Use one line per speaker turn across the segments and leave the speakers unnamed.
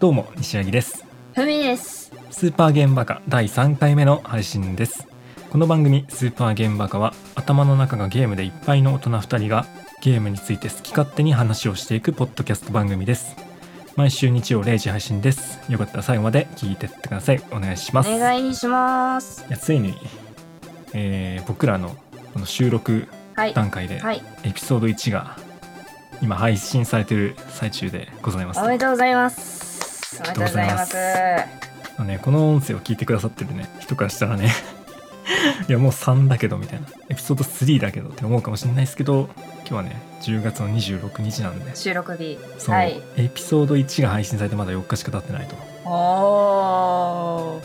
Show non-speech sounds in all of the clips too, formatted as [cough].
どうも西柳です
ふみです。
スーパーゲンバカ第3回目の配信ですこの番組スーパーゲンバカは頭の中がゲームでいっぱいの大人2人がゲームについて好き勝手に話をしていくポッドキャスト番組です毎週日曜0時配信ですよかったら最後まで聞いてってくださいお願いし
お
ますい
願いします。
やついに、えー僕らのこの収録
はい。
段階で
はい。
エピソード1が今配信されてる最中でございます
おめでとうございます。おめでとうございます。
あのね、この音声を聞いてくださってるね人からしたらね [laughs] いやもう3だけどみたいなエピソード3だけどって思うかもしれないですけど今日はね10月の26日なんで
収録日。
その、
はい。
エピソード1が配信されてまだ4日しか経ってないと
お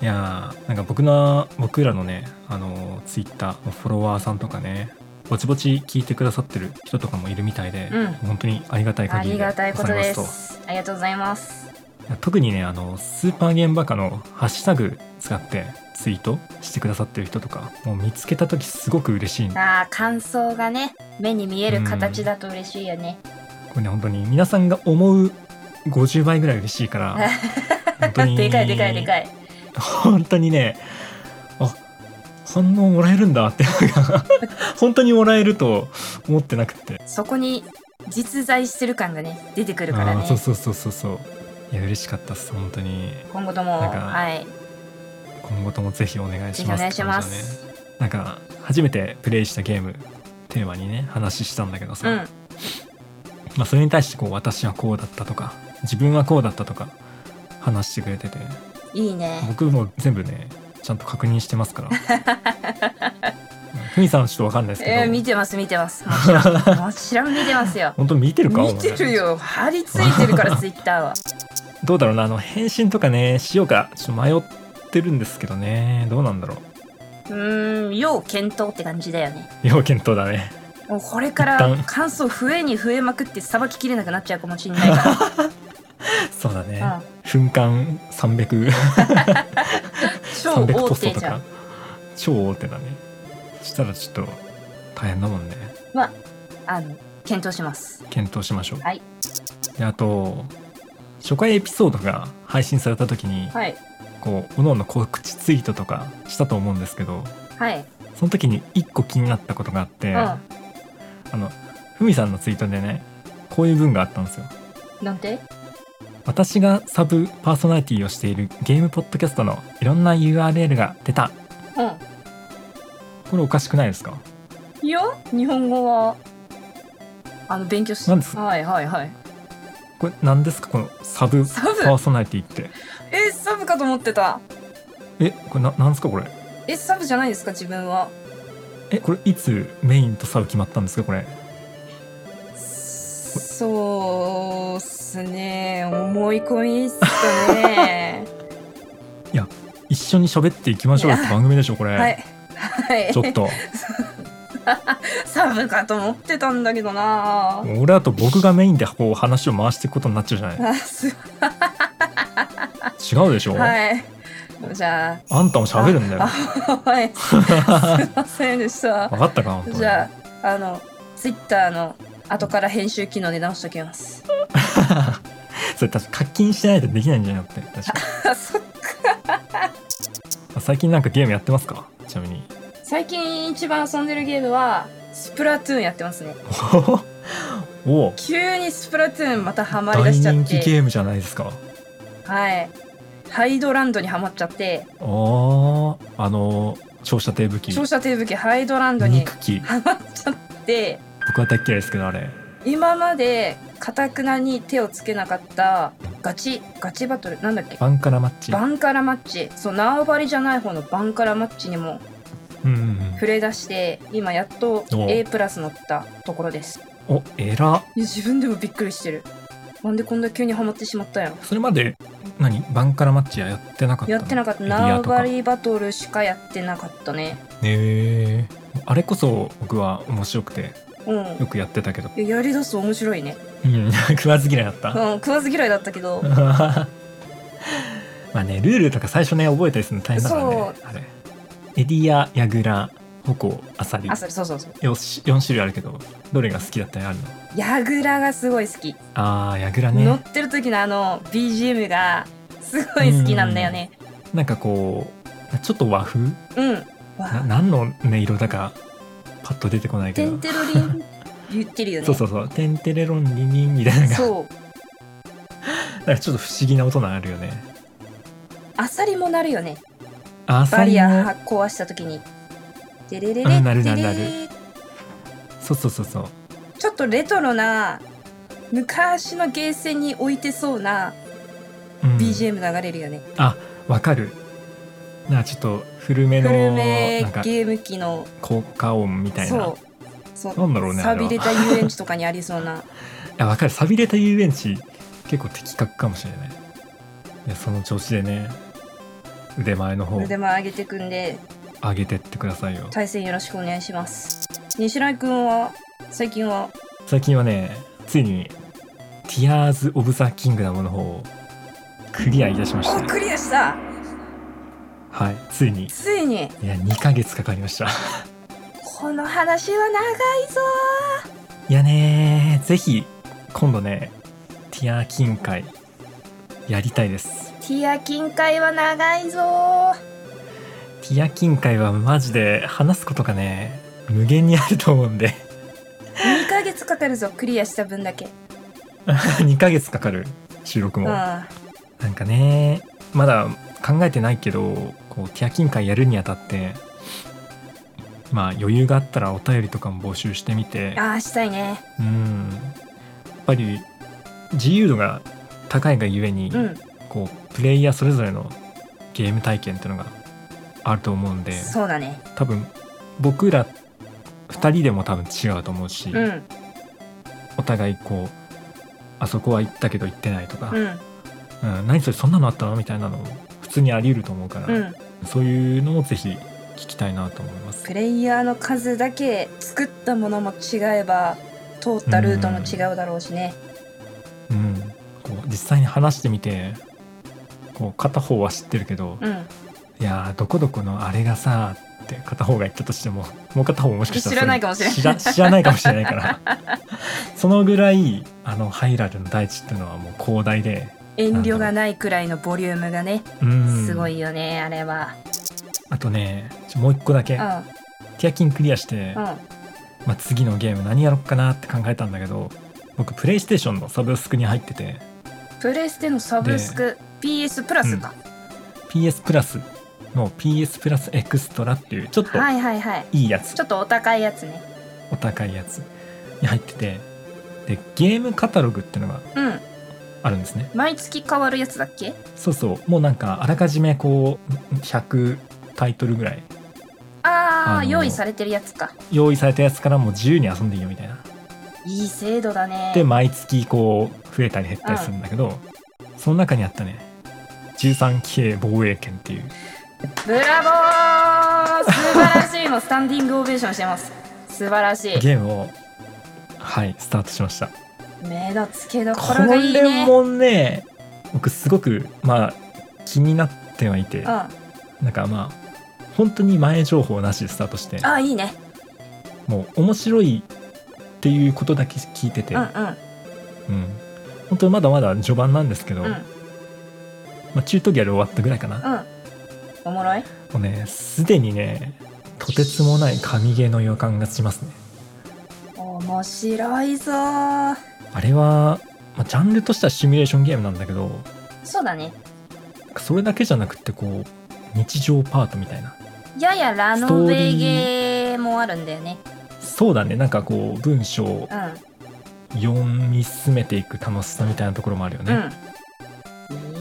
ー。
いやーなんか僕の僕らのねあのツイッターのフォロワーさんとかねぼちぼち聞いてくださってる人とかもいるみたいで、
うん
本当にありがたい
あ
限り
り
でご
が
ざ
たい
い
ことで
ますと
す。ありがとうございます。
特にねあのスーパーゲンバカのハッシュタグ使ってツイートしてくださってる人とかもう見つけた時すごく嬉しいんで
ああ、感想がね、目に見える形だと嬉しいよね。
これね本当に皆さんが思う50倍ぐらい嬉しいから
[laughs]
本当に
でかいでかいでか
い
い。
本当にねあ反応もらえるんだって [laughs] なんか本当にもらえると思ってなくて、
そこに実在してる感がね、出てくるから
あ
ね
ー。そうそうそうそうそういや嬉しかったっす本当に
今後とも、
なんか
はい。
今後ともぜひお願い
ぜ
し
ひお
ます
願いしま
って感じだね
す。
なんか初めてプレイしたゲームテーマにね話したんだけど
う
さ、
ん。
まあ、それに対してこう私はこうだったとか自分はこうだったとか話してくれてて
いいね。
僕も全部ねちゃんと確認してますからう
[laughs]
んふみさんはちょっとわかんないですけど、
えー、見てます見てます。もちろん、
[laughs]
もちろん見てますよ。
本当見てるか
見てるよ張り付いてるからツイッターは
どうだろうなあの返信とかねしようかちょっと迷ってるんですけどねどうなんだろ
うーん要検討って感じだよね
う要検討だね
もうこれか
一
ら
旦
感想増えに増えまくってさばききれなくなっちゃうかもしれな
[laughs]
いか
そうだね
ら、うん、
噴間300
超
300
大
塗装
手
と
じゃ
か
ん
超大手だねそしたらちょっと大変だもんね
まああの検討します
検討しましょう
はい
であと初回エピソードが配信された時に、
はい
こうおのおの告知ツイートとかしたと思うんですけど
はい
その時に1個気になったことがあって、
うん
あのふみさんのツイートでねこういう文があったんですよ
なんて
私がサブパーソナリティをしているゲームポッドキャストのいろんな URL が出た
う
これおかしくないですか
んいや日本語はあの勉強し
なんです
はいはいはい
これ何ですかこのサブ
サブ
パーソナリティって
えサブかと思ってた
えこれななんですかこれ
えサブじゃないですか自分は
えこれいつメインとサブ決まったんですかこれ
そうっすね思い込みっすかね
一緒に喋っていきましょうよって番組でしょこれ、
はいはい
ちょっ
[laughs]
と
サブかと思ってたんだけどな
俺だと僕がメインでこう話を回していくことになっちゃうじゃない
あす
違うでしょ、
はいじゃ
あんたも喋るんだよ
ああ [laughs] はいすいませんでし
[laughs]
た
分かったか本当に
じゃああのツイッターの後から編集機能で直しときます
それ確か課金してないとできないんじゃないのって確か
[laughs] あそっか
最近なんかゲームやってますかちなみ
[laughs]
に
最近一番遊んでるゲームはスプラトゥーンやってますね
おお
急にスプラトゥーンまたハマり
大
だしちゃ
人
っ
気
て
ゲームじゃないですか
はいハイドランドにハマっちゃって
あーあの照射低武器
照射手武器ハイドランドに
肉機
ハマっちゃって
僕は大っ嫌いですけどあれ
今までかたくなに手をつけなかったガチガチバトルなんだっけ
バンカラマッチ
バンカラマッチそう縄張りじゃない方のバンカラマッチにも
うんうん
触れ出して今やっと
お
A プラス乗ったところです
うんおえらっ
いや自分でもびっくりしてるなんでこんな急にハマってしまったんやろ
それまで何バンカラマッチはやってなかったの
やってなかった
エリア
縄
とか
張りバトルしかやってなかったね
へえあれこそ僕は面白くて
うん
よくやってたけど
いややりだすと面白いね
うん [laughs] 食わず嫌いだった
うん食わず嫌いだったけど
[laughs] まあねルールとか最初ね覚えたりするの大変だから
そ
ね
う
あれエディア・ヤグラ矛アサリ
あそれそうそうそう
よし4種類あるけどどれが好きだったりあるの
矢倉がすごい好き、
あーやぐら
乗
ね
ってる時のあの BGM がすごい好きなんだよね
なんかこうちょっと和風
うん
な
わ
何の音色だかパッと出てこないけ
テ
ど
ンテロリン言ってるよね
そうそうそう「テンテレロンリニン」みたいなのが
そう
なんかちょっと不思議な音があるよね
アサリもなるよね
あ
バ
さり
リ
も
ア壊した時にデレレレ
あなるなる
デレ
なる
レ
そうそうそうそう
ちょっとレトロな昔のゲーセンに置いてそうな
うん
BGM 流れるよね、
わかるなんかちょっと古めの
古め
なんか
ゲーム機の
効果音みたいな
そうそう
なんだろうねあれは
錆びれた遊園地とかにあ
[laughs]
りそうな
あわかる錆びれた遊園地結構的確かもしれないいやその調子でね腕前の方
腕も上げてくんで
上げてってくださいよ
対戦よろしくお願いします西来くんは最近は
最近はねついに「Tears of the Kingdom」の方をクリアいたしまし
お
た
クリアした
はいついに
ついに
いや2ヶ月かかりました
この話は長いぞ
いやねーぜひ今度ねティアーキン会やりたいです
ーティア近海は長いぞー
ティアキン会はマジで話すことがね無限にあると思うんで [laughs]
2ヶ月かかるぞクリアした分だけ
2ヶ月かかる収録
うん
も、なんかねまだ考えてないけどこうティアキン会やるにあたってまあ余裕があったらお便りとかも募集してみて
ああしたいね
うんやっぱり自由度が高いがゆえに、
うん
こうプレイヤーそれぞれのゲーム体験っていうのがあると思うんで
そうだね
多分僕ら2人でも多分違うと思うし、
うん
お互いこうあそこは行ったけど行ってないとか、
うん
うん何それそんなのあったのみたいなの普通にあり得ると思うから、
うん
そういうのもぜひ聞きたいなと思います
プレイヤーの数だけ作ったものも違えば通ったルートも違うだろうしね
うんこう実際に話してみてこう片方は知ってるけど、
うん
いやーどこどこのあれがさーって片方が言ったとしてももう片方もしかしたら
知らないかもしれない
知ら知らないかもしれないから [laughs] そのぐらいあのハイラルの大地っていうのはもう広大で
遠慮がないくらいのボリュームがね
うん
すごいよねあれは
あとねちょもう一個だけ
う
ティアキンクリアして、
んうん
まあ、次のゲーム何やろっかなって考えたんだけど僕プレイステーションのサブスクに入ってて
プレステのサブスク PS プラスか
PS プラスの PS プラスエクストラっていうちょっと
はいはいはい
いいやつ
ちょっとお高いやつね
お高いやつに入っててでゲームカタログっていうのが
うん
あるんですね
毎月変わるやつだっけ
そうそうもうなんかあらかじめこう100タイトルぐらい
あ
あの
あ用意されてるやつか
用意されたやつからもう自由に遊んでいいよみたいない
い制度だね
で毎月こう増えたり減ったりするんだけど、その中にあったね13騎兵防衛権っていう
ブラボ
[laughs]
ー素晴らしいのスタンディングオベーションしてます素晴らしい
ゲームをはいスタートしました
目の付けどこ
こ
ろがいい
れ
ね
もね僕すごくまあ気になってはいて
うん、
なんかまあ本当に前情報なしでスタートして
あいいね
もう面白いっていうことだけ聞いてて、
うんうん
うん、本当にまだまだ序盤なんですけど、
うんう
まあ、チュートリアル終わったぐらいかな、
んおもろい
もうねすでにねとてつもない神ゲーの予感がしますね
面白いぞー
あれは、まあ、ジャンルとしてはシミュレーションゲームなんだけど
そうだね
それだけじゃなくてこう日常パートみたいな
ややラノベゲーもあるんだよね
そうだねなんかこう文章を
う
読み進めていく楽しさみたいなところもあるよね、
んうん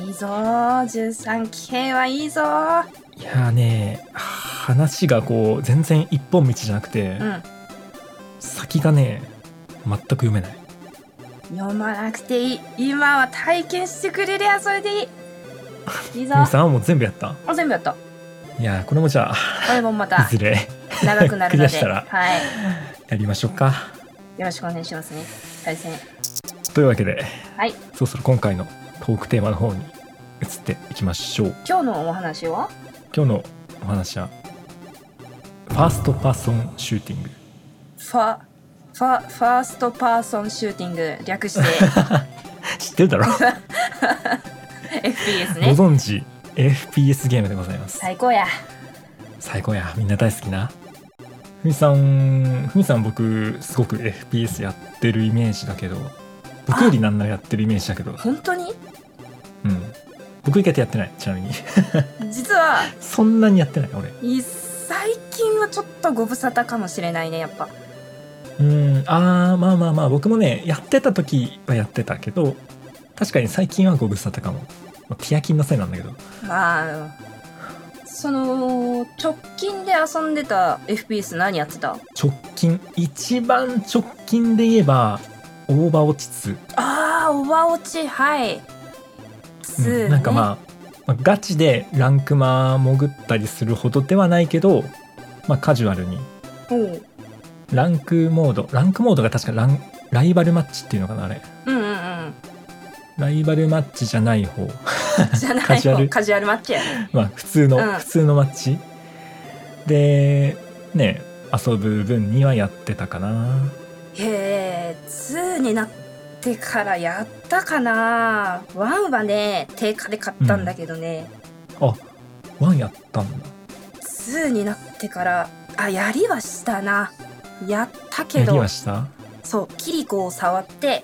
いいぞー13騎兵はいいぞー
いやーね話がこう全然一本道じゃなくて、
うん
先がね全く読めない
読まなくていい今は体験してくれりゃそれでい
[laughs]
いいいぞ
ミミさんはもう全部やった
あ全部やった
いやーこれもじゃあ
これもまた
いずれ
長くなる
クリ
の
[laughs] ア
で、
したら
はい、
やりましょうか
よろしくお願いしますね。対戦。
というわけで
はい、
そろそろ今回のトークテーマの方に移っていきましょう
今日のお話は、
今日のお話はファーストパーソンシューテ
[laughs]
ィング
ファファファーストパーソンシューティング略して
[laughs] 知ってるだろ
FPS
ご
ね
存知 FPS ゲームでございます、
最高や
最高やみんな大好きなふみさんふみさん僕すごく FPS やってるイメージだけど僕よりなんならやってるイメージだけど
本当に
うん僕意外とやってないちなみに [laughs]
実は
そんなにやってない俺
い最近はちょっとご無沙汰かもしれないねやっぱ
うんあーまあまあまあ僕もねやってた時はやってたけど確かに最近はご無沙汰かもまあティアキンのせいなんだけど
まあその直近で遊んでた FPS 何やってた
直近一番直近で言えばオーバー落ち
あーオバ落ちはい
2、うんなんかまあ、まあガチでランクマ潜ったりするほどではないけど、まあ、カジュアルに
あうんうん
ランクモードランクモードが確かランライバルマッチっていうのかなあれ [laughs]
うん
ライバルマッチじゃない方 [laughs]
じゃない
カジュアル
カジュアルマッチやね
まあ普通の、
うん
普通のマッチでね遊ぶ分にはやってたかな
へえ2になってからやったかな1はね定価で買ったんだけどね、
あワンやったんだ
2になってからあやりはしたなやったけ
やり
ど
はした
そうキリコを触って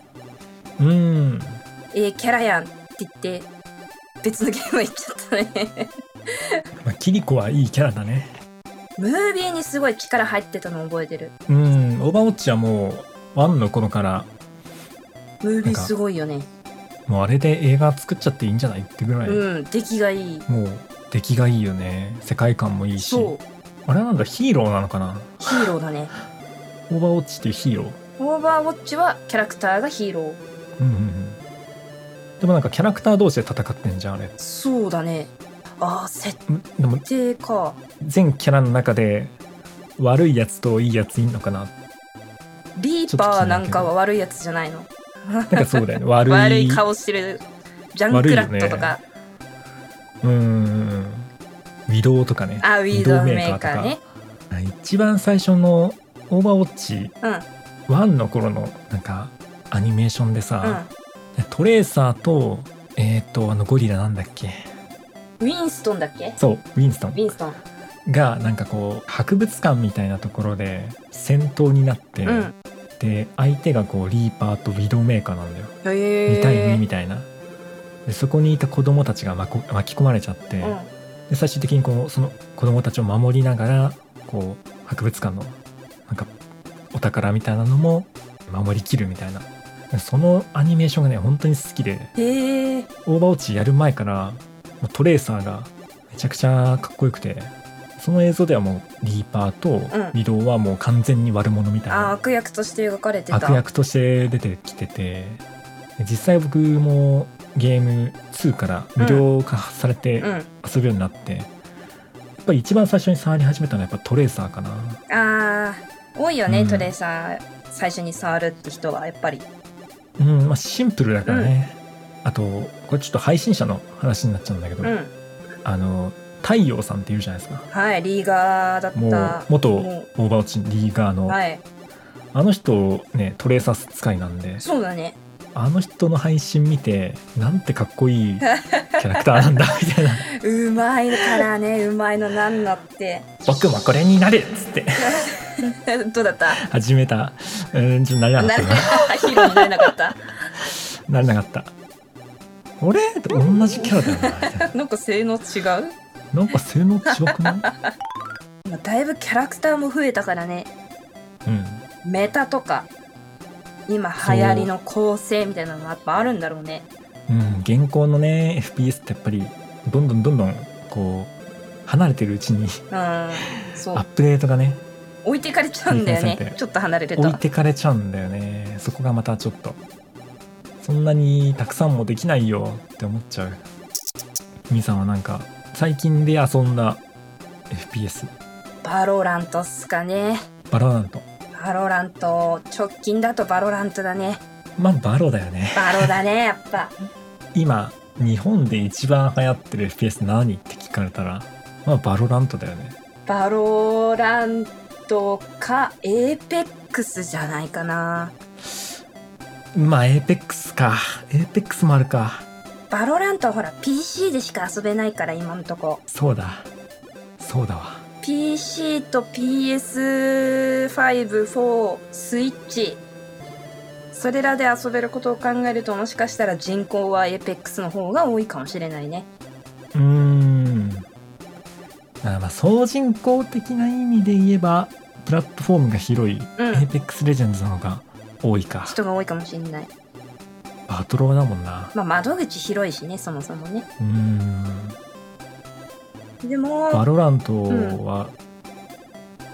うん
「えーキャラやん」って言って別のゲーム行っちゃったね [laughs]
まあ、キリコはいいキャラだね
ムービーにすごい力入ってたの覚えてる
うんオーバーウォッチはもうワンの頃から
ムービーすごいよね
もうあれで映画作っちゃっていいんじゃないってぐらい、
うん出来がいい
もう出来がいいよね世界観もいいし
そう
あれなんだヒーローなのかな
ヒーローだね
オーバーウォッチっていうヒーロー
オーバーウォッチはキャラクターがヒーロー
うんうんうんでもなんかキャラクター同士で戦ってんじゃんあれ
そうだねああ設
んでも
定か
全キャラの中で悪いやつといいやついんのかな
リーパーなんかは悪いやつじゃないの
なんかそうだ
[laughs]
よね悪い
悪い顔してるジャンクラットとか、
うんうんうんウィドウとかね
あウィードメーカーね
一番最初のオーバーウォッチ
うんうん
1の頃のなんかアニメーションでさ、トレーサーとえっ、とあのゴリラなんだっけ
ウィンストンだっけ
そうウィンスト
ウィ
ン
ンストン
がなんかこう博物館みたいなところで戦闘になって、
うん
で相手がこうリーパーとウィドウメーカーなんだよ、
へえ
2対2みたいなでそこにいた子供たちが巻こ巻き込まれちゃって、
うん
で最終的にこうその子供たちを守りながらこう博物館のなんかお宝みたいなのも守りきるみたいなそのアニメーションがね本当に好きで
へえ
オーバーウォッチやる前からもうトレーサーがめちゃくちゃかっこよくてその映像ではもうリーパーと微動はもう完全に悪者みたい
あ
な、
悪役として描かれてた
悪役として出てきててで実際僕もゲーム2から無料化されて、
う
遊ぶようになってやっぱり一番最初に触り始めたのはやっぱトレーサーかなん
ああ多いよね、
うん
トレーサー最初に触るって人はやっぱり
うんまあシンプルだからね、あとこれちょっと配信者の話になっちゃうんだけど、
うん
あの太陽さんっているじゃないですか
はいリーガーだ
もう
っ
元オ
も
ーバーウォッチリーガー
た
の、
はい
あの人ねトレーサー使いなんで
そうだね
あの人の配信見てなんてかっこ [laughs] いいキャラクターなんだみたいな
うまいか
[laughs]
らねうまいのなんのって [laughs]
「僕もこれになる!」っつって
どうだった
始めたうんちょっとなれなか
な
った
れ
な
な [laughs] ヒーローになれなかった
なれなかった俺って同じキャラだよなみたいな
なんか性能違う、
なんか性能違くない
まあ、だいぶキャラクターも増えたからね
うん。
メタとか今流行りの構成みたいなのもやっぱあるんだろうね
うん。現行のね、FPS ってやっぱり、どんどんどんどん、こう、離れてるうちに、
うんそ
アッ
う
プデートがね、
[laughs] 置いてかれちゃうんだよ
追加され
ね
て
ちょっと離れて
置い
た
てかれちゃうんだよね。そこがまたちょっと、そんなにたくさんもできないよって思っちゃう。みーさんはなんか、最近で遊んだ FPS、
バロラントっすかね
バロラント。
バロラント直近だとバロラントだね
まあ、バロだよね。
バロだねやっぱ
今、日本で一番流行ってる FPS 何って聞かれたら、まあ、バロラントだよね。
バローラントかエーペックスじゃないかな
まあエーペックスかエーペックスもあるか
バローラントはほら PC でしか遊べないから今んとこ
そうだそうだわ
PC と PS54 スイッチそれらで遊べることを考えるともしかしたら人口は APEX の方が多いかもしれないね
うーんあまあ総人口的な意味で言えばプラットフォームが広い
うん
APEX レジェンズの方が多いか
人が多いかもしれない
バトローだもんな
まあ窓口広いしねそもそもね
うーん
でも
バロラントは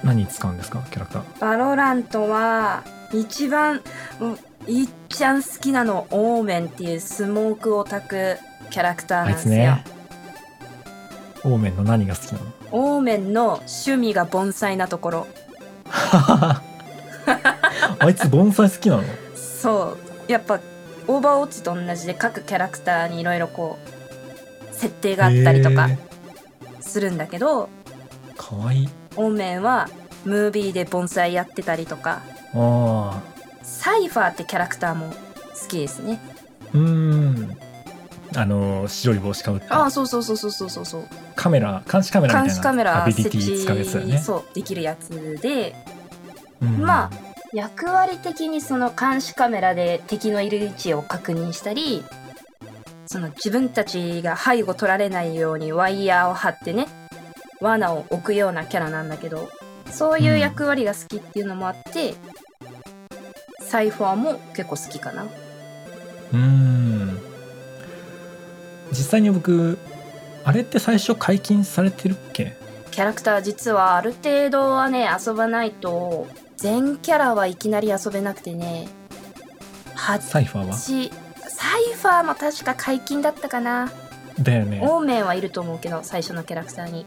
何に使うんですかキャラクター
バロラントは一番うんいっちゃん好きなのオーメンっていうスモークオタクキャラクタ
あ
ーなん
い
で
つ
すよ、
ねオーメンの何が好きなの [laughs]
オーメンの趣味が盆栽なところ
あいつ盆栽好きなの
そうやっぱオーバーウォッチと同じで各キャラクターにいろいろこう設定があったりとか
へ
するんだけど、
ーかわいい
オーメンはムービーで盆栽やってたりとか
あ
サイファーってキャラクターも好きですね
ーうーんあの白い帽子かぶって
ああそうそうそうそうそうそうそう
カメラ監視カメラみ
監
たい
視カメ
なア
ラ
ビリテ
設
ィ使うやつだよ
置
ね
そうできるやつで
うん
ま役割的にその監視カメラで敵のいる位置を確認したりその自分たちが背後取られないようにワイヤーを張ってね罠を置くようなキャラなんだけどそういう役割が好きっていうのもあって、サイファーも結構好きかな
うーん実際に僕あれって最初解禁されてるっけ
キャラクター実はある程度はね遊ばないと全キャラはいきなり遊べなくてね8
サイファーは
サイファーも確か解禁だったかな
だよね
オーメンはいると思うけど最初のキャラクターに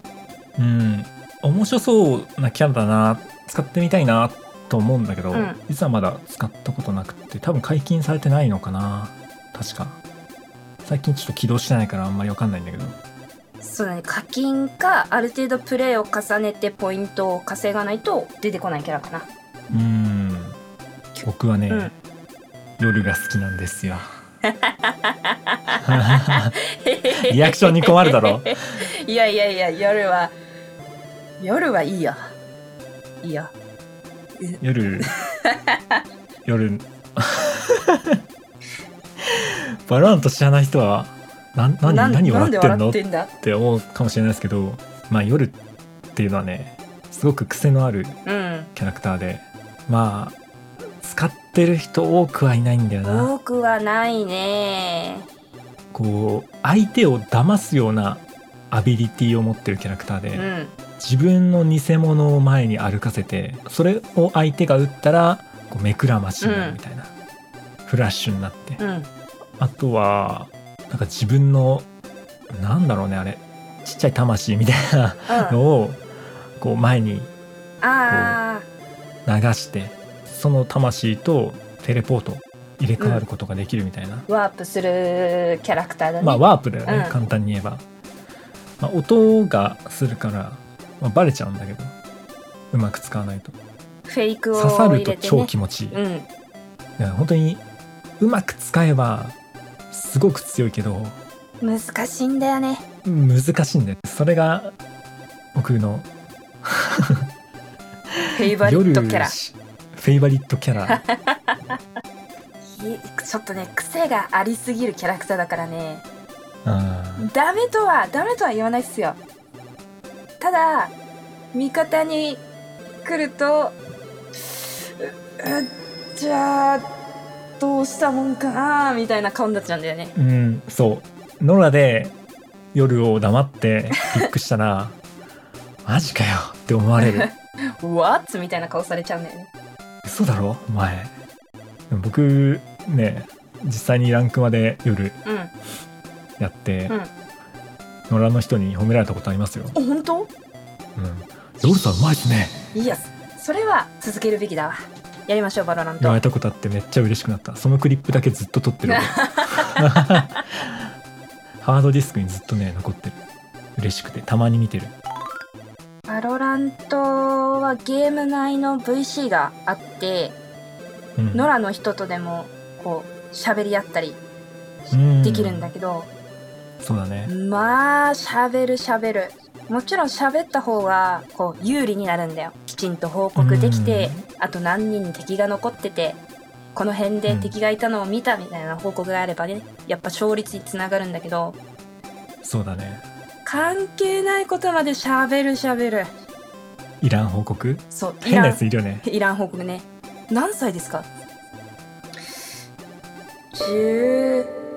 うん面白そうなキャラだな使ってみたいなと思うんだけど、
うん
実はまだ使ったことなくて多分解禁されてないのかな確か最近ちょっと起動してないからあんまりわかんないんだけど
そうだね課金かある程度プレイを重ねてポイントを稼がないと出てこないキャラかな
うーん僕はね、
うん
夜が好きなんですよ [laughs] リアクションに困るだ
[laughs]
ろ
いやいやいや夜は夜はいいよいいよ
夜夜 [laughs] バロラント知らない人はな何
なん
何を
な
笑
んで
ってるのっ
笑ってんだ
て思うかもしれないですけど、まあ、夜っていうのはねすごく癖のある
うん
キャラクターでまあ使ってる人多くはいないんだよな
多くはないね
こう相手を騙すようなアビリティを持ってるキャラクターで、
うん
自分の偽物を前に歩かせてそれを相手が打ったらこう目くらましになるみたいな、フラッシュになって、
うん
あとはなんか自分のなんだろうねあれちっちゃい魂みたいな
うん
のをこう前に
ああ
流してその魂とテレポート入れ替わることができるみたいな、
ワープするキャラクターだね、
まあワープだよね、
うん
簡単に言えば、まあ、音がするから、まあ、バレちゃうんだけどうまく使わないと
フェイクを
刺さる
入れて
と
ね
超気持ちいい、
うん
いや本当にうまく使えばすごく強いけど
難しいんだよね
難しいんだよそれが僕の
フェイバリットキャラ
夜しフェイバリットキャラ
いちょっとね癖がありすぎるキャラクターだからね
うん
ダメとはダメとは言わないっすよただ味方に来るとううじゃあどうしたもんかなみたいな顔になっちゃうんだよね
うんそうノラで夜を黙ってピックしたら [laughs] マジかよって思われ
[laughs]
る
What? みたいな顔されちゃうんだよね
嘘だろお前でも僕ね実際にランクまで夜
う
やって、
うん
野良の人に褒められたことありますよ、
んお本当
うん、夜さんうまいっすね
いやそれは続けるべきだわやりましょうバロラン
言わ
ト
れたことあってめっちゃ嬉しくなったそのクリップだけずっと撮ってる俺
[laughs]
ハードディスクにずっとね残ってる嬉しくてたまに見てる
ババロラントはゲーム内の VC があって、
うん
野良の人とでもこう喋り合ったり
うん
できるんだけど、
そうだね
まあ喋る喋るもちろん喋った方がこう有利になるんだよきちんと報告できて、あと何人に敵が残っててこの辺で敵がいたのを見たみたいな報告があればねやっぱ勝率につながるんだけど
そうだね
関係ないことまで喋る喋る
イラン報告
そうい
変な
ら
や
ん
ついるよね
イラン報告ね何歳ですか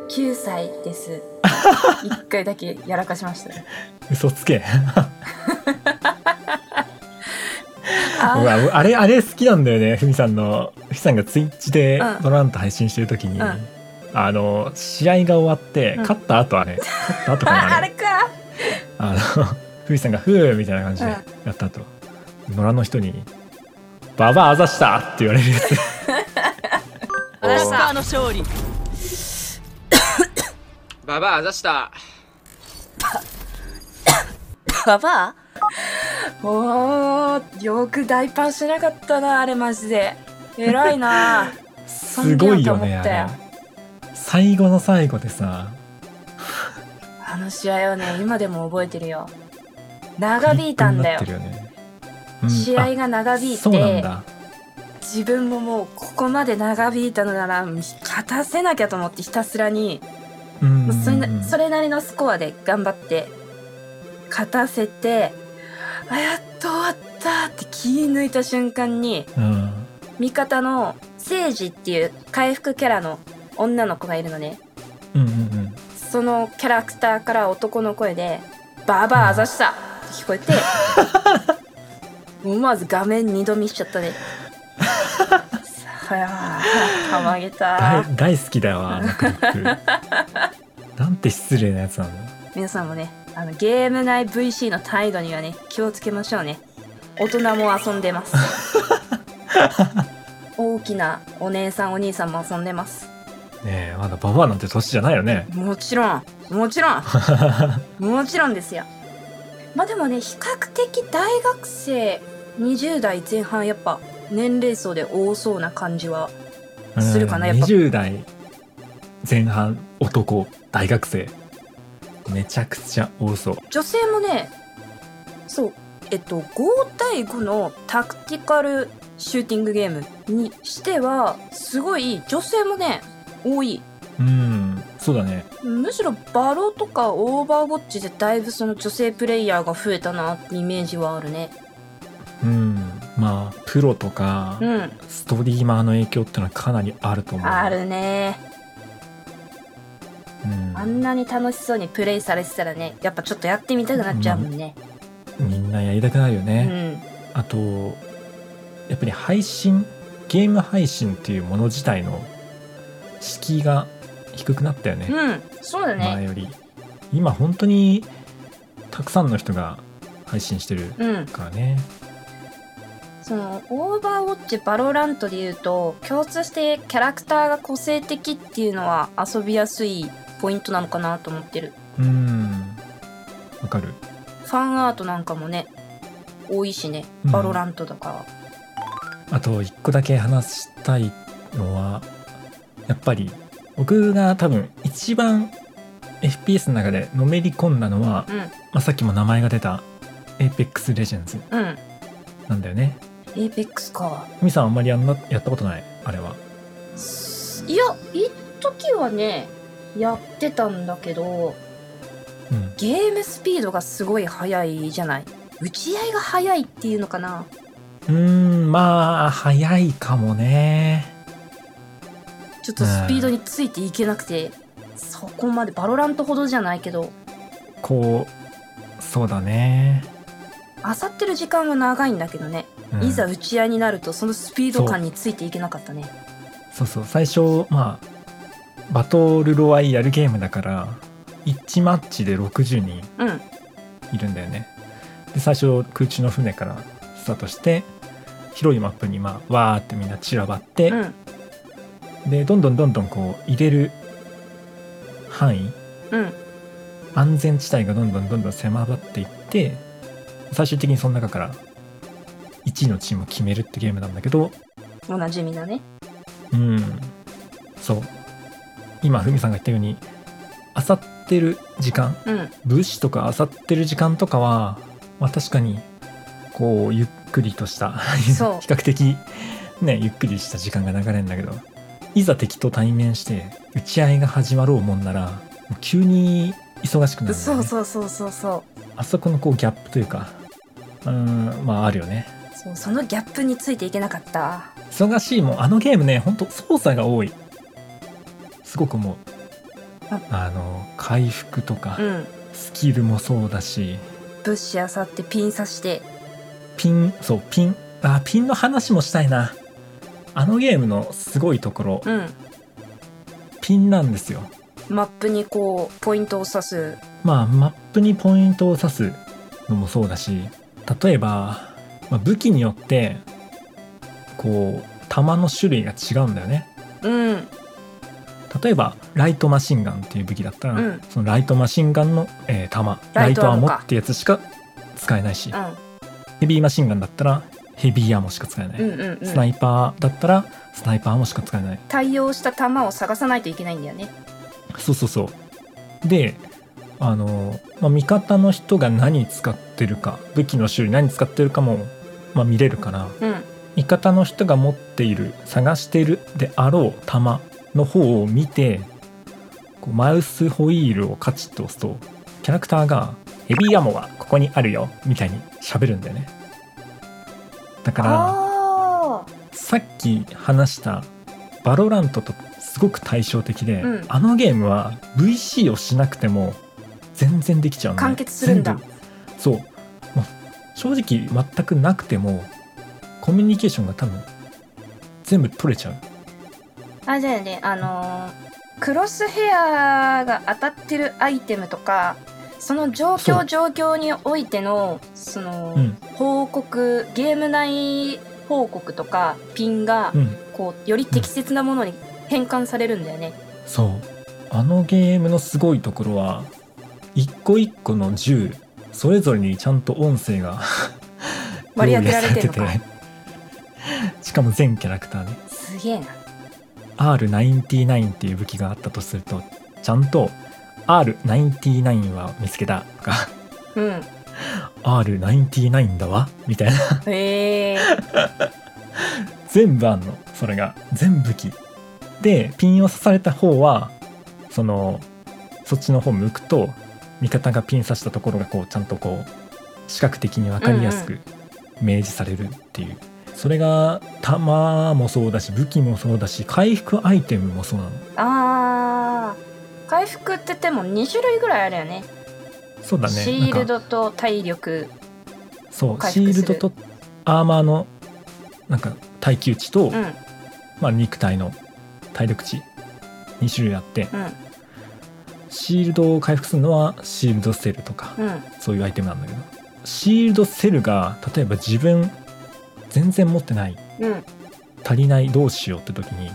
19歳です
[laughs]
一回だけやらかしましたね
嘘つけ
あ
うわあれあれ好きなんだよねふみさんのふみさんがツイッチで
うん
ドランと配信してる時に、
うん
あの試合が終わって、
うん
勝った後あれ勝った後か
あ
な
あ
あ
[laughs] れ
れ
か
あの [laughs] ふみさんが「ふー」みたいな感じで
うん
やった後、野良の人に「ババアあざした!」って言われるやつ
アザスターの勝利
ババアあざした
ババ
おーよく大パンしなかったなあれマジで偉
[laughs]
いな
すごいよね
[laughs]
あ
尊敬だと思
れ
ったよ
最後の最後でさ
あの試合はね今でも覚えてるよ長引いたんだよ
ビッグになってるよねうん
試合
あ
が長引い
そうなん
て
だ
自分ももうここまで長引いたのなら勝たせなきゃと思ってひたすらに
うんうんう
もうんそれなそれなりのスコアで頑張って勝たせてあやっと終わったって気抜いた瞬間に
うん
味方のセイジっていう回復キャラの女の子がいるのね
うんうんうん
そのキャラクターから男の声で「バーバーあざした!」って聞こ [laughs] えて思わず画面二度見しちゃったね。さあたまげた
大大好きだわあのクリッ
[laughs]
プなんて失礼なやつなんだ
皆さんもねあのゲーム内 VC の態度にはね気をつけましょうね大人も遊んでます大きなお姉さんお兄さんも遊んでます
ねえまだババアなんて年じゃないよね
もちろんもちろんもちろんですよまあでもね比較的大学生20代前半やっぱ年齢層で多そうな感じは
うん
するかなやっぱ
20代前半男大学生めちゃくちゃ多そう
女性もねそうえっと5対5のタクティカルシューティングゲームにしてはすごい女性もね多い
うんそうだね
むしろバロとかオーバーウォッチでだいぶその女性プレイヤーが増えたなってイメージはあるね
うんまあプロとか
うん
ストリーマーの影響ってのはかなりあると思う
あるね
うん
あんなに楽しそうにプレイされてたらねやっぱちょっとやってみたくなっちゃうもんね
みんなやりたくなるよ
う
ね、
ん
あとやっぱり配信ゲーム配信っていうもの自体の敷居が低くなったよね、
うんそうだ
前
ね
より今本当にたくさんの人が配信してる
うん
からね
そのオーバーウォッチバロラントで言うと共通してキャラクターが個性的っていうのは遊びやすいポイントなのかなと思ってる
うんわかる
ファンアートなんかもね多いしね
うん
バロラントだから、
あと一個だけ話したいのはやっぱり僕が多分一番 FPS の中でのめり込んだのは、
うん
まあ、さっきも名前が出た Apex Legends
うん
なんだよね
エイペックスか
みさんあんまりやんなやったことないあれはい
や一時はねやってたんだけど
うん
ゲームスピードがすごい速いじゃない打ち合いが速いっていうのかな
うーんまあ早いかもね
ちょっとスピードについていけなくて、そこまでバロラントほどじゃないけど
こうそうだね、
漁ってる時間は長いんだけどね、
うん
いざ打ち合いになるとそのスピード感についていけなかったね
そうそう最初まあバトルロワイヤルゲームだから1マッチで60人
うん
いるんだよねで最初空中の船からスタートして広いマップにまあわーってみんな散らばって、
うん
でどんどんどんどんこう入れる範囲
うん
安全地帯がどんどんどんどん狭まっていって最終的にその中から1位のチームを決めるってゲームなんだけど
おなじみだね
うんそう今ふみさんが言ったように漁ってる時間
うん
物資とか漁ってる時間とかは、まあ、確かにこうゆっくりとした比
そう
較的ねゆっくりした時間が流れるんだけどいざ敵と対面して打ち合いが始まろうもんならもう急に忙しくなるんだよ
そ
ね
うそうそうそうそう
あそこのこうギャップというかうーんまああるよね
そうそのギャップについていけなかった
忙しいもんあのゲームねほんと操作が多いすごく思う
あ
あの回復とか
うん
スキルもそうだし、
物資あさってピン刺して
ピンそうピンあピンの話もしたいなあのゲームのすごいところ
うん
ピンなんですよ
マップにこうポイントを刺す
まあマップにポイントを指すのもそうだし例えば、まあ武器によってこう弾の種類が違うんだよね
うん
例えばライトマシンガンっていう武器だったら、
うん
そのライトマシンガンの、えー弾
ラ
ラ
イ
イ
ト
ト
ア
ア
ーム
モ
か
ってやつしか使えないし、
う
ヘビーマシンガンだったらヘビーアーモしか使えない、
んうんうん
ス
う
ナ
ん
イパーだったらスナイパーアーモしか使えない
対応した弾を探さないといけないんだよね
そうそうそう。で、あの、まあ、味方の人が何使ってるか、武器の種類何使ってるかも、まあ、見れるから、
うん
味方の人が持っている、探しているであろう弾の方を見て、こうマウスホイールをカチッと押すと、キャラクターが、ヘビーアモはここにあるよ、みたいに喋るんだよね。だから、
あ
さっき話したバロラントとすごく対照的で、
うん
あのゲームは VC をしなくても全然できちゃうのね
完結するんだ
全部そう、ま正直全くなくてもコミュニケーションが多分全部取れちゃう
ああれだよねあのークロスヘアが当たってるアイテムとかその状
そ
況
う
状況においてのその、
うん
報告ゲーム内報告とかピンが
うん
こうより適切なものに変換されるんだよね、
そうあのゲームのすごいところは一個一個の銃それぞれにちゃんと音声が [laughs]
割り当てられてんのか
用意されててしかも全キャラクターね
すげえな
R99 っていう武器があったとするとちゃんと R99 は見つけたとか [laughs]
うん
R99 だわみたいな [laughs]
へえ
全部あんのそれが全武器でピンを刺された方はそのそっちの方向くと味方がピン刺したところがこうちゃんとこう視覚的に分かりやすく明示されるっていう、それが弾もそうだし武器もそうだし回復アイテムもそうなの
あー回復って言っても2種類ぐらいあるよね
そうだね
シ
なん
ー
か
ルドと体力
そう
回
シ
復
ー
する
ルドとアーマーのなんか耐久値と、
うんうん
まあ、肉体の体力値2種類あってシールドを回復するのはシールドセルとか、
うん
そういうアイテムなんだけどシールドセルが例えば自分全然持ってない
うん
足りないどうしようって時に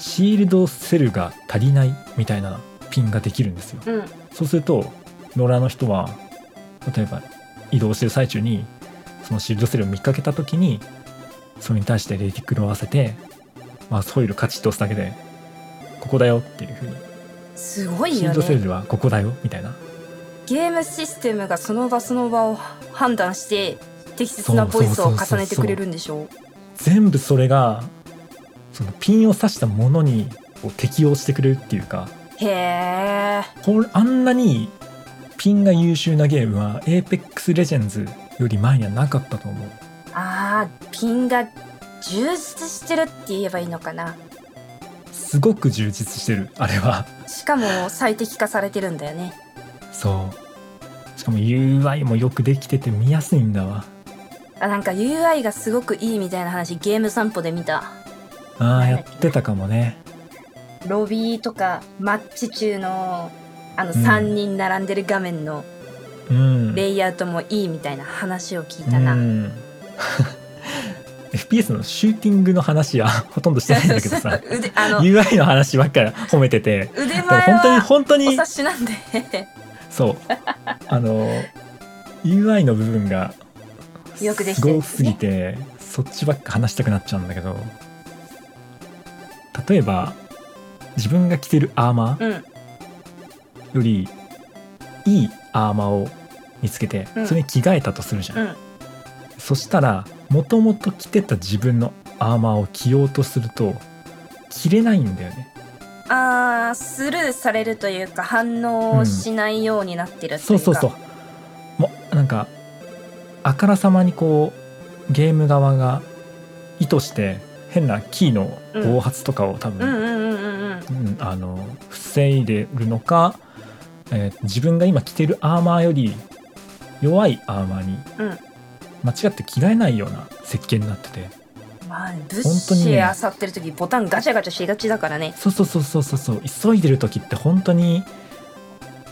シールドセルが足りないみたいなピンができるんですよ
うん
そうすると野良の人は例えば移動してる最中にそのシールドセルを見かけた時にそれに対してレティクルを合わせて、まあ、ソイルカチッと押すだけで「ここだよ」っていうふうに、
すごい
シー
よ
ルドセ
ね
ルは「ここだよ」みたいな
ゲームシステムがその場その場を判断して適切なボイスを重ねてくれるんでしょ
全部それがそのピンを刺したものにこう適応してくれるっていうか
うへえ
これあんなにピンが優秀なゲームは Apex Legends より前にはなかったと思う。
あーピンが充実してるって言えばいいのかな
すごく充実してるあれは。
しかも最適化されてるんだよね
そうしかも UI もよくできてて見やすいんだわ
あなんか UI がすごくいいみたいな話ゲーム散歩で見た
あ
は
ー
い
やってたかもね
ロビーとかマッチ中のあの
うん
3人並んでる画面の
うん
レイアウトもいいみたいな話を聞いうたな、
ん [laughs] FPS のシューティングの話は [laughs] ほとんどしてないんだけどさ
[laughs] 腕あの
UI の話ばっかり褒めてて
腕前
でも本当に
は
本当
お
に
察しなんで
そうあの UI の部分が
よくでき
す
てるん
ご
です
す
ね
ぎてそっちばっか話したくなっちゃうんだけど例えば自分が着てるアーマ
うん
ーよりいいアーマーを見つけて
うん
それに着替えたとするじゃん、
うん
そしたらもともと着てた自分のアーマーを着ようとすると着れないんだよね
あースルーされるというか反応しないようになってるって
そ
いううか、
そうそうもうなんかあからさまにこうゲーム側が意図して変なキーの暴発とかを多
うん
分、
うんうんうんうん
うんあの防いでるのか、えー自分が今着てるアーマーより弱いアーマーに
うん
間違って着替えないような設計になってて
まあ物
本当に
資
ね
あさってる時ボタンガチャガチャしがちだからね
そうそうそうそうそうそう急いでる時って本当に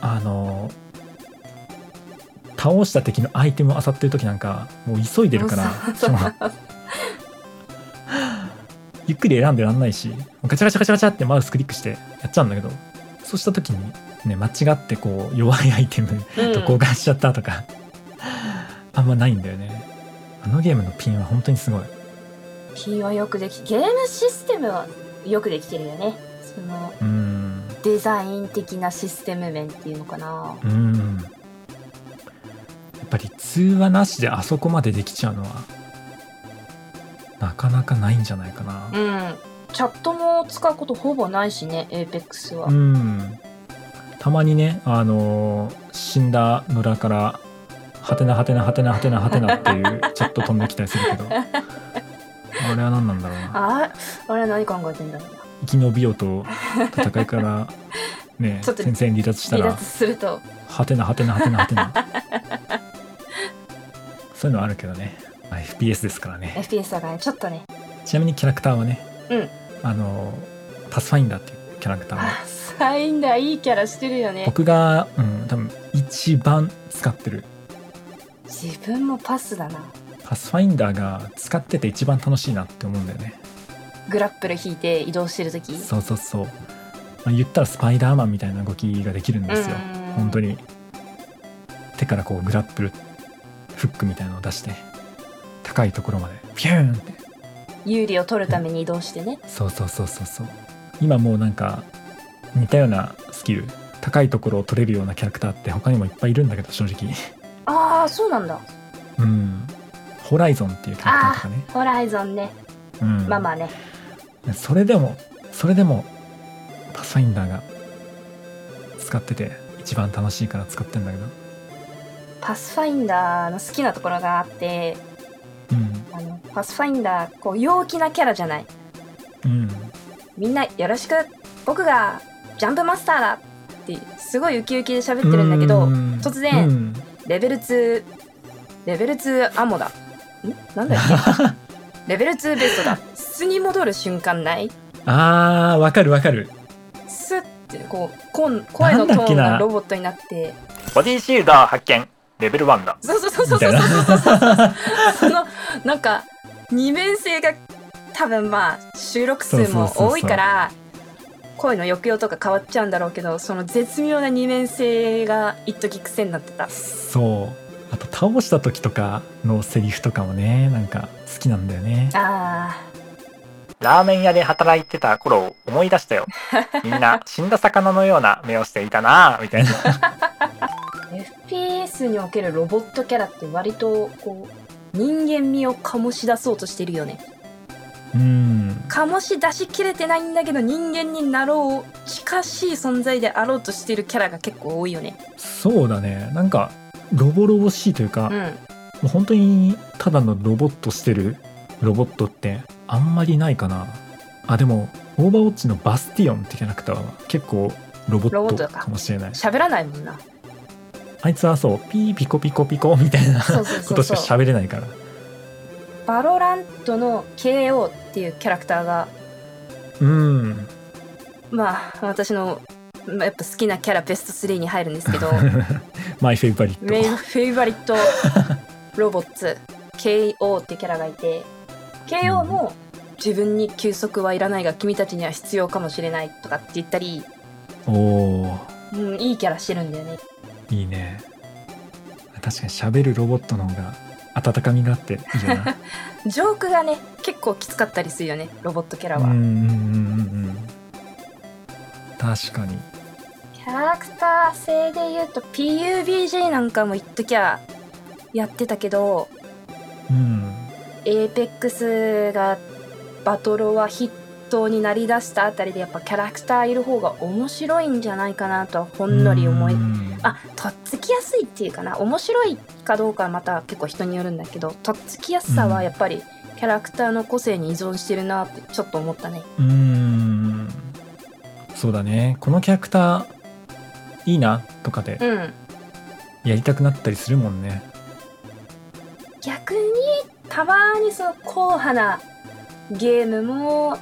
あの倒した敵のアイテムを漁ってる時なんかもう急いでるから
そうそう
そのゆっくり選んでらんないしガチャガチャガチャガチャってマウスクリックしてやっちゃうんだけどそうした時にね間違ってこう弱いアイテム
うん
と交換しちゃったとか、あんまないんだよねあのゲームのピンは本当にすごい
P はよくできゲームシステムはよくできてるよねその
うん
デザイン的なシステム面っていうのかな
うんやっぱり通話なしであそこまでできちゃうのはなかなかないんじゃないかな
うんチャットも使うことほぼないしね APEX は、
うんたまにねあのー死んだ野良から「はてなはてなはてなはてなはてな」っていうちょっと飛んできたりするけ
[laughs]
どあれは何なんだろうな
ああれは何考えてんだろうな
生き延びようと戦い
[laughs]
からね
ちょっと
戦線離脱した
離
ら
脱する
「
と
はてなはてなはてなはてな」
[laughs]
そういうのはあるけどね、まあ FPS ですからね
FPS だからねちょっとね
ちなみにキャラクターはね、
うん
あのパスファインダーっていうキャラクターは
あサインダーいいキャラしてるよね
僕が、うん、多分一番使ってる
自分もパスだな
パスファインダーが使ってて一番楽しいなって思うんだよね
グラップル引いて移動してる時
そうそうそう、まあ言ったらスパイダーマンみたいな動きができるんですよ
うん
本当に手からこうグラップルフックみたいなのを出して高いところまでピューンって
有利を取るために移動してね
そうそうそうそうそう今もうなんか似たようなスキル高いところを取れるようなキャラクターって他にもいっぱいいるんだけど正直
ああそうなんだ
うんホライゾンっていうキャラクターとかね、
ホライゾンね
うん、
ママね
それでもそれでもパスファインダーが使ってて一番楽しいから使ってんだけど
パスファインダーの好きなところがあって
うん
あのパスファインダーこう陽気なキャラじゃない
うん
みんなよろしく僕がジャンプマスターだってすごいウキウキで喋ってるんだけど
うん
突然
うん
レベル2レベル2アモだんな
[laughs]
んだっけレベル2ベストだ素に戻る瞬間ない
あーわかるわかる
スッてこうこん声の
な
ト
んだっ
ー
け
ン
な
がロボットになって
ボディシールダー発見レベル1だ
そうそうそうそ
み
うそ
た
う
いな [laughs]
そのなんか二面性が多分まあ収録数も多いから声の抑揚とか変わっちゃうんだろうけどその絶妙な二面性が一時癖になってた
そうあと倒した時とかのセリフとかもねなんか好きなんだよね
あ
ラーメン屋で働いてた頃を思い出した
[laughs]
よ。みんな死んだ魚のような目をしていたなぁ、みたいな。
ー FPS におけるロボットキャラって割とこう人間味を醸し出そうとしてるよね
うん
醸し出しきれてないんだけど人間になろう近しい存在であろうとしてるキャラが結構多いよね
そうだねなんかロボロボしいというか、
う
も
ん
う本当にただのロボットしてるロボットってあんまりないかなあでもオーバーウォッチのバスティオンってキャラクターは結構ロボ
ロボ
ッ
ッ
ト
トか
かもしれない
喋らないもんな
あいつはそうピーピコピコピコみたいな
そうそうそうそう
ことしか喋れないから
バロラントの KO っていうキャラクターが
うん [laughs]
まあ私のまあやっぱ好きなキャラベスト3に入るんですけど
マイフェイバリット
メインフェイバリットロボッツ KO っていうキャラがいて KO も自分に休息はいらないが君たちには必要かもしれないとかって言ったり、
おお
うん、いいキャラしてるんだよね
いいね確かに喋るロボットの方が温かみがあっていい
[laughs]
よな
ジョークがね結構きつかったりするよねロボットキャラ
うん
は、
うんうんうんうん確かに
キャラクター性で言うと PUBG なんかも一時はやってたけど
うん
エーペックスがバトロは筆頭になりだしたあたりでやっぱキャラクターいる方が面白いんじゃないかなとはほんのり思い
うん
あとっつきやすいっていうかな面白いかどうかはまた結構人によるんだけどとっつきやすさはやっぱりキャラクターの個性に依存してるなってちょっと思ったね
うーんそうだねこのキャラクターいいなとかで
うん
やりたくなったりするもんね
逆にたまにその硬派なゲームも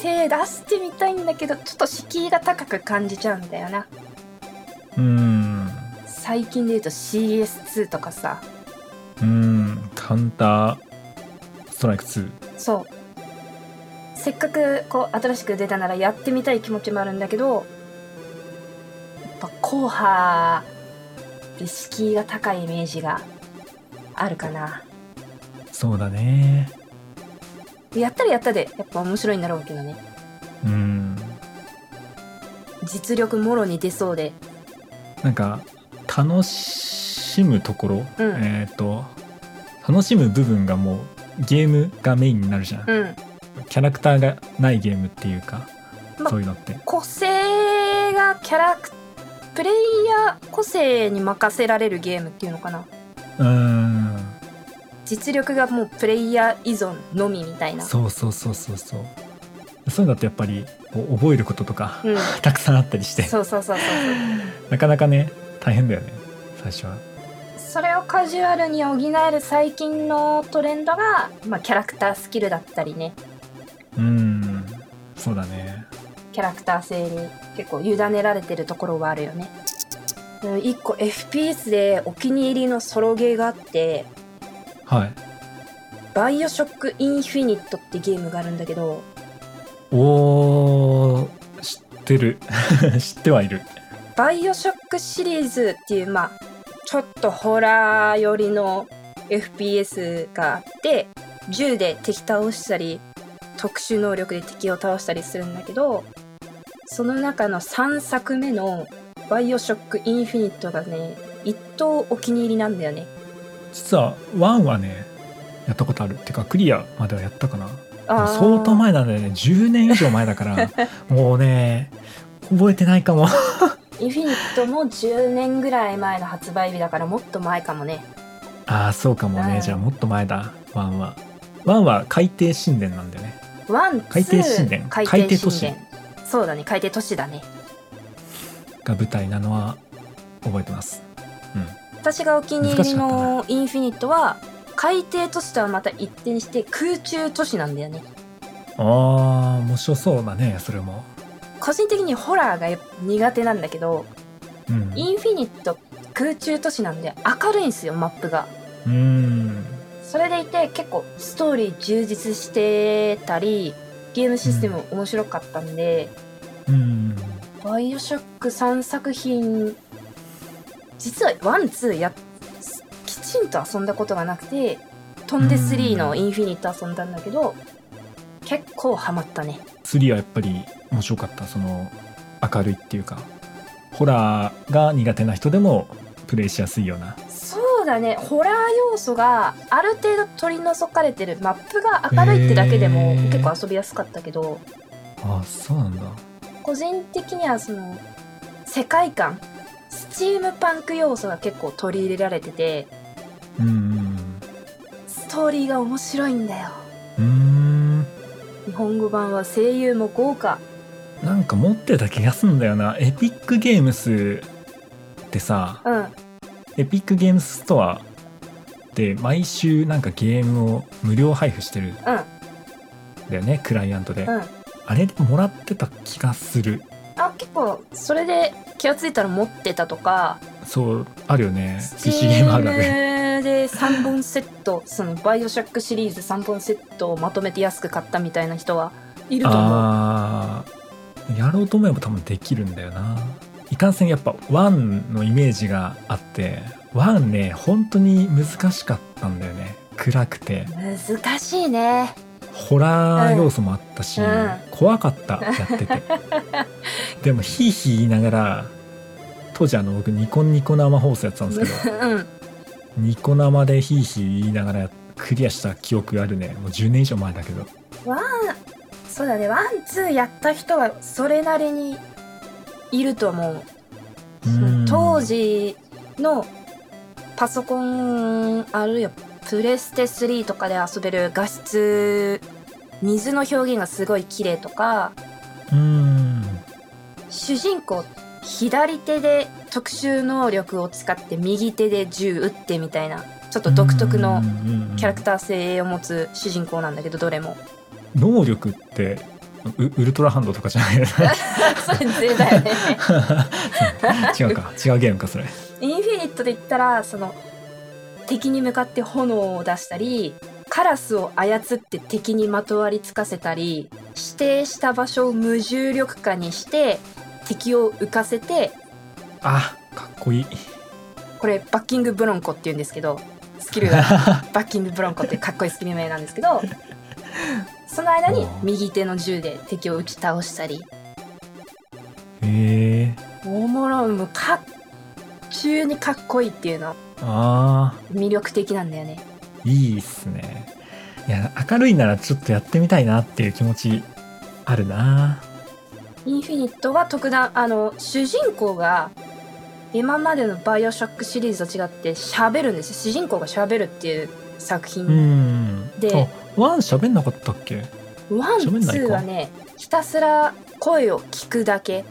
手出してみたいんだけどちょっと敷居が高く感じちゃうんだよな
うーん
最近で言うと CS2 とかさ
うーんカウンターストライク2
そうせっかくこう新しく出たならやってみたい気持ちもあるんだけどやっぱ硬派で敷居が高いイメージがあるかな
そうだね
やったらやったでやっぱ面白いんだろうけどね
うーん
実力もろに出そうで
なんか楽しむところ、
うん
えっ、と楽しむ部分がもうゲームがメインになるじゃん、
うん
キャラクターがないゲームっていうか、
ま
そういうのって
個性がキャラクプレイヤー個性に任せられるゲームっていうのかな
うーん
実力がもうプレイヤー依存のみみたいな
そうそうそうそうそうそういうのってやっぱりこう覚えることとか、
うん
たくさんあったりして
そうそうそうそう
なかなかね大変だよね最初は
それをカジュアルに補える最近のトレンドが、まあ、キャラクタースキルだったりね
うーんそうだね
キャラクター性に結構委ねられてるところはあるよねうん一個 FPS でお気に入りのソロゲーがあって
はい
「バイオショック・インフィニット」ってゲームがあるんだけど
おー知ってる [laughs] 知ってはいる
バイオショックシリーズっていう、まあ、ちょっとホラー寄りの FPS があって、銃で敵倒したり、特殊能力で敵を倒したりするんだけど、その中の3作目のバイオショックインフィニットがね、一等お気に入りなんだよね。
実は1はねやったことあるってかクリアまではやったかなで
あ
も
ー
相当前なんだよね10年以上前だから
[laughs]
もうね覚えてないかも [laughs]
インフィニットも10年ぐらい前の発売日だからもっと前かもね。
ああそうかもね、
うん
じゃあもっと前だ1は1は海底神殿なんだよね
ワン、
海底神殿
ツー
海
海
底
底
都市
神殿。そうだね、海底都市だね。
が舞台なのは覚えてますうん
私がお気に入りのインフィニットは海底都市とはまた一転して空中都市なんだよね
ああ面白そうだねそれも、
個人的にホラーがやっぱ苦手なんだけど
うん、
インフィニット空中都市なんで明るいんですよマップが
うーん
それでいて結構ストーリー充実してたりゲームシステム面白かったんで、
うん
バイオショック3作品実はワンツーやっきちんと遊んだことがなくて飛んで3のインフィニット遊んだんだけど結構ハマったね
3はやっぱり面白かったその明るいっていうかホラーが苦手な人でもプレイしやすいような
そうだねホラー要素がある程度取り除かれてるマップが明るいってだけでも
へー
結構遊びやすかったけど
ああそうなんだ
個人的にはその世界観スチームパンク要素が結構取り入れられてて
うんうん
ストーリーが面白いんだよ
うんう
日本語版は声優も豪華
ーんなんか持ってた気がすんだよなエピックゲームスってさ
うん
エピックゲームスストアで毎週なんかゲームを無料配布してるんだよね、クライアントで、
うんうん
あれでもらってた気がする
あ結構それで気がついたら持ってたとか
そうあるよね PC ゲームあるある
Steam で3本セットそのバイオショックシリーズ3本セットをまとめて安く買ったみたいな人はいると思う
あーやろうと思えば多分できるんだよないかんせんやっぱ1のイメージがあってワンね本当に難しかったんだよね暗くて
難しいね
ホラー要素もあったし、
うんうん
怖かったやって
[laughs]
てでもヒーヒー言いながら当時あの僕ニコニコ生放送やってたんですけど
うん [laughs]
ニコ生でヒーヒー言いながらクリアした記憶があるねもう10年以上前だけど
そうだねワンツーやった人はそれなりにいると思う
うん
当時のパソコンあるいはプレステ3とかで遊べる画質水の表現がすごい綺麗とか
うん
主人公左手で特殊能力を使って右手で銃撃ってみたいなちょっと独特のキャラク
タ
ター性を持つ主人公なんだけどどれも [laughs]
ー能力ってウウルトラハンドとかじゃないよね [laughs]
それ全だよね
違うか違うゲームかそれ
インフィニットで言ったらその敵に向かって炎を出したりカラスを操って敵にまとわりつかせたり指定した場所を無重力化にして敵を浮かせて
あかっこいい
これバッキングブロンコって言うんですけどスキルがバッキングブロンコってかっこいいスキル名なんですけどその間に右手の銃で敵を打ち倒したり
へえ
おもろいもうかっ中にかっこいいっていうの
あ
魅力的なんだよね
ーいいっすねいや明るいならちょっとやってみたいなっていう気持ちあるな
インフィニットは特段あの主人公が今までの「バイオショック」シリーズと違って喋るんですよ主人公が喋るっていう作
う
品、
ん
で
あワン喋んなかったっけ
ワンツ
喋んないか
ーはねひたすら声を聞くだけ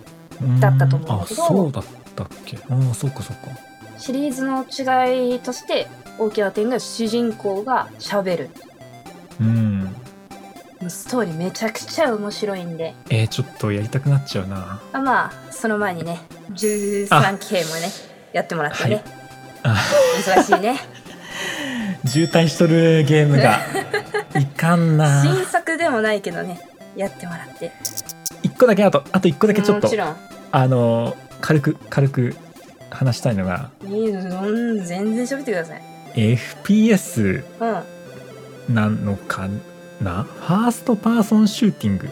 だったと思うんだけど
あそうだったっけうんそうかそうか
シリーズの違いとして大きな点が主人公が喋る
うん
もうストーリーめちゃくちゃ面白いんで
えー、ちょっとやりたくなっちゃうな
あまあその前にね 13K もねやってもらってね、
あ
忙し
[laughs]
いね
渋滞しとるゲーム
[laughs]
がいかんな
新作でもないけどねやってもらって
一個だけあとあと一個だけちょっ
も
と
ちろん
あの軽く軽く話したいのが
いいのうん全然喋ってください
FPS
うん
なのかなファーストパーソンシューティング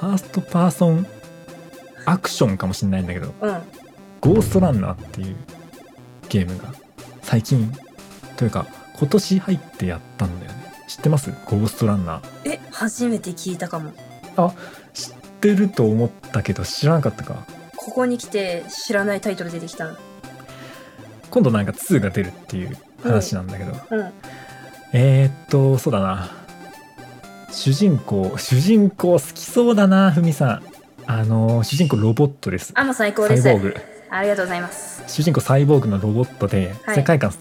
ファーストパーソンアクションかもしれないんだけど
うん
ゴーストランナーっていうゲームが最近というか今年入ってやったんだよね知ってますゴーストランナー
え初めて聞いたかも
知ってると思ったけど知らなかったか
ここに来て知らないタイトル出てきたの
今度なんか2が出るっていう話なんだけど、
うん
えー、っとそうだな主人公主人公好きそうだなふみさんあのー主人公ロボットです
あもう最高
サ
で
イ
す
ボーグ
ありがとうございます
主人公サイボーグのロボットで、
はい
世界観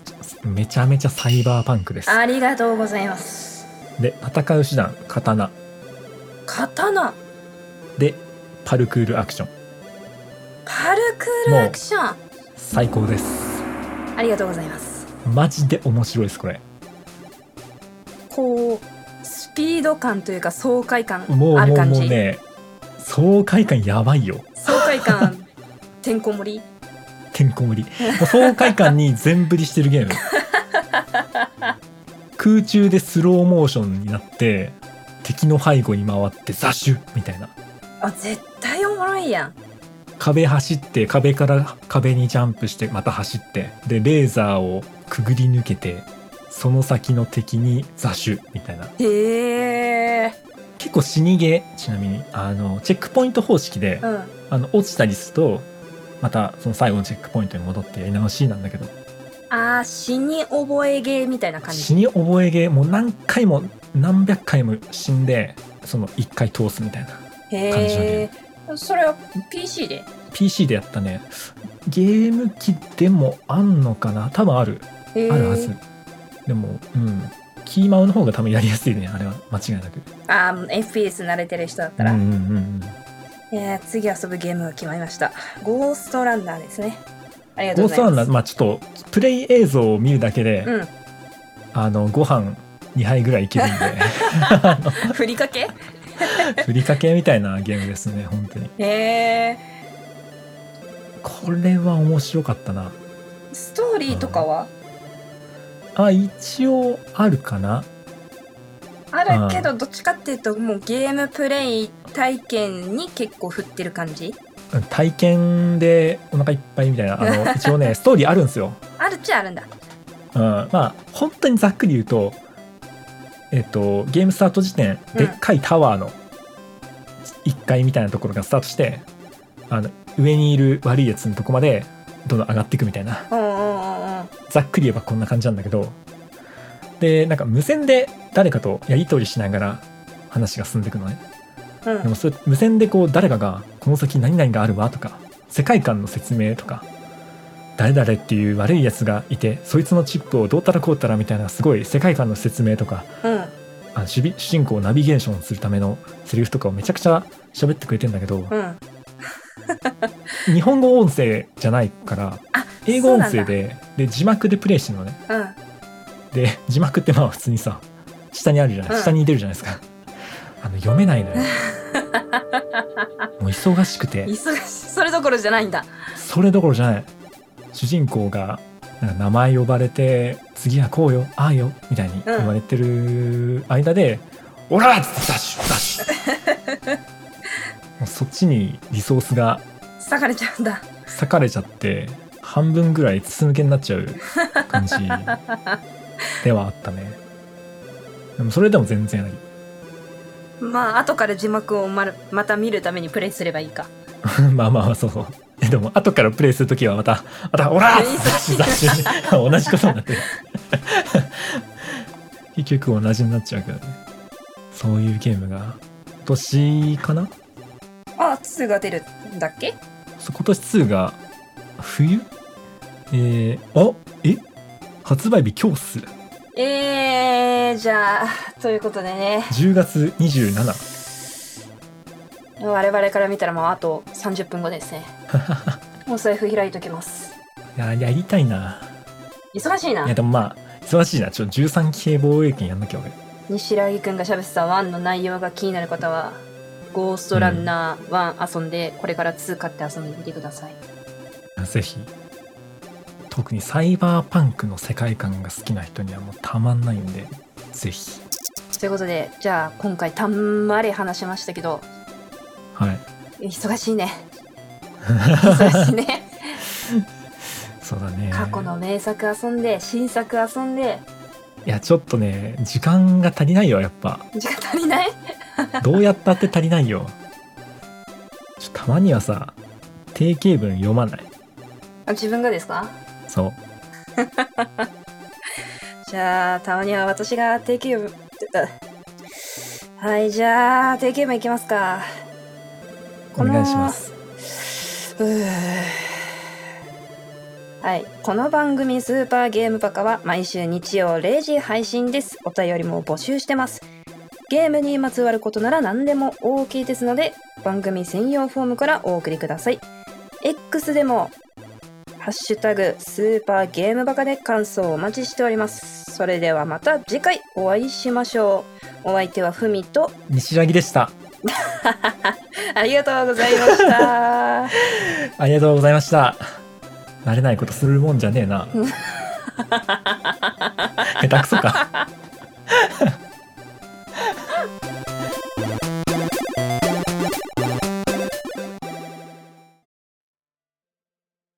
めちゃめちゃサイバーパンクです
ありがとうございます
で戦う手段刀
刀
でパルクールアクション
パルクールアクション
最高です
ありがとうございます
マジで面白いですこれ
こうスピード感というか爽快感
もう
あ
も
る
う
感
も
じ
うね爽快感やばいよ
爽快感てんこ盛り
てんこ盛りもう爽快感に全振りしてるゲーム空中でスローモーションになって敵の背後に回って雑種みたいな
あ絶対おもろいやん
壁走って壁から壁にジャンプしてまた走ってでレーザーをくぐり抜けてその先の敵に雑種みたいな
へえ
結構死にゲーちなみにあのチェックポイント方式で、
うん
あの落ちたりするとまたその最後のチェックポイントに戻ってやり直しなんだけど
あー死に覚えゲーみたいな感じ
死に覚えゲーもう何回も何百回も死んでその1回通すみたいな感じの
へ
ゲ
えそれは PC で
PC でやったねゲーム機でもあんのかな多分ある
ある
あるはずでもうんキーマウの方が多分やりやすいねあれは間違いなく
あー FPS 慣れてる人だった
うん
ら、
う
え
んうんうん
ー次遊ぶゲームが決まりましたゴーストランナーですねありがと
ゴ
う
ース
ござ
トラ
います
ンナーまあちょっとプレイ映像を見るだけで、
うん
あのご飯2杯ぐらいいけるんで
ふりかけ [laughs]
ふりかけみたいなゲームですね本当に
へえ
これは面白かったな
ストーリーとかは
あ一応あるかな
あるけどどっちかっていうともうゲームプレイ体験に結構振ってる感じ
うん体験でお腹いっぱいみたいなあ
[laughs]
の一応ねストーリーあるんですよ、
あるっちゃあるんだ
うん、まあ本当にざっくり言うとえっとゲームスタート時点
うん
でっかいタワーの1階みたいなところがスタートしてあの上にいる悪いやつのとこまでどんどん上がっていくみたいな
うんうんうんうん
ざっくり言えばこんな感じなんだけどでなんか無線で誰かとやり取りしながら話が進んでいくのね
うん
でもそれ無線でこう誰かが「この先何々があるわ」とか世界観の説明とか誰々っていう悪いやつがいてそいつのチップをどうたらこうたらみたいなすごい世界観の説明とか
うん
あの主び主人公をナビゲーションするためのセリフとかをめちゃくちゃ喋ってくれてんだけど
うん
日本語音声じゃないから
あ
英語音
そうな
声
んだ
でで字幕でプレイしてるのね
うん
で字幕ってまあ普通にさ下にあるじゃない、
うん
下に出るじゃないですかあの読め
[laughs]
ないのよもう忙しくて
忙しいそれどころじゃないんだ
それどころじゃない主人公がなんか名前呼ばれて次はこうよああよみたいに言われてる間で「オラッダッシュダッシュ」もうそっちにリソースが
裂かれちゃうんだ
割かれちゃって半分ぐらい筒抜けになっちゃう感じではあったねでもそれでも全然あり
まあ後から字幕をまるまた見るためにプレイすればいいか
[laughs] まあまあまあそうそう。えでも後からプレイするときはまた「またオラ!」
忙しい
雑誌 [laughs] 同じことになってる [laughs] 結局同じになっちゃうけどねそういうゲームが今年かな
あ2が出るんだっけ
そう今年2が冬えー、あえ発売日今日っす
えー、じゃあということでね
10月27
我々から見たらもうあと30分後です [laughs] ねお財布開いときます
いややりたいな
忙しいない
やでもまあ忙しいなちょっと13期系防衛権やんなきゃ俺
西良木くんが喋ってた1の内容が気になる方はゴーストランナー1遊んで、これから2買って遊んでみてください
ぜひ特にサイバーパンクの世界観が好きな人にはもうたまんないんでぜひ
ということでじゃあ今回たんまり話しましたけど
はい
忙しい [laughs] ね忙しいね
そうだね
過去の名作遊んで新作遊んで
いやちょっとね時間が足りないよやっぱ
時間足りない
どうやったって足りないよちょたまにはさ定型文読まない
あ自分がですか
そう
じゃあたまには私が定型文はいじゃあ定型文いきますか
お願いします
うーはい。この番組スーパーゲームバカは毎週日曜0時配信です。お便りも募集してます。ゲームにまつわることなら何でも OK ですので、番組専用フォームからお送りください。X でも、ハッシュタグスーパーゲームバカで感想をお待ちしております。それではまた次回お会いしましょう。お相手はふみと、
西ラギでした
ありがとうございました。
ありがとうございました
[laughs]
慣れないことするもんじゃねえな下手くそか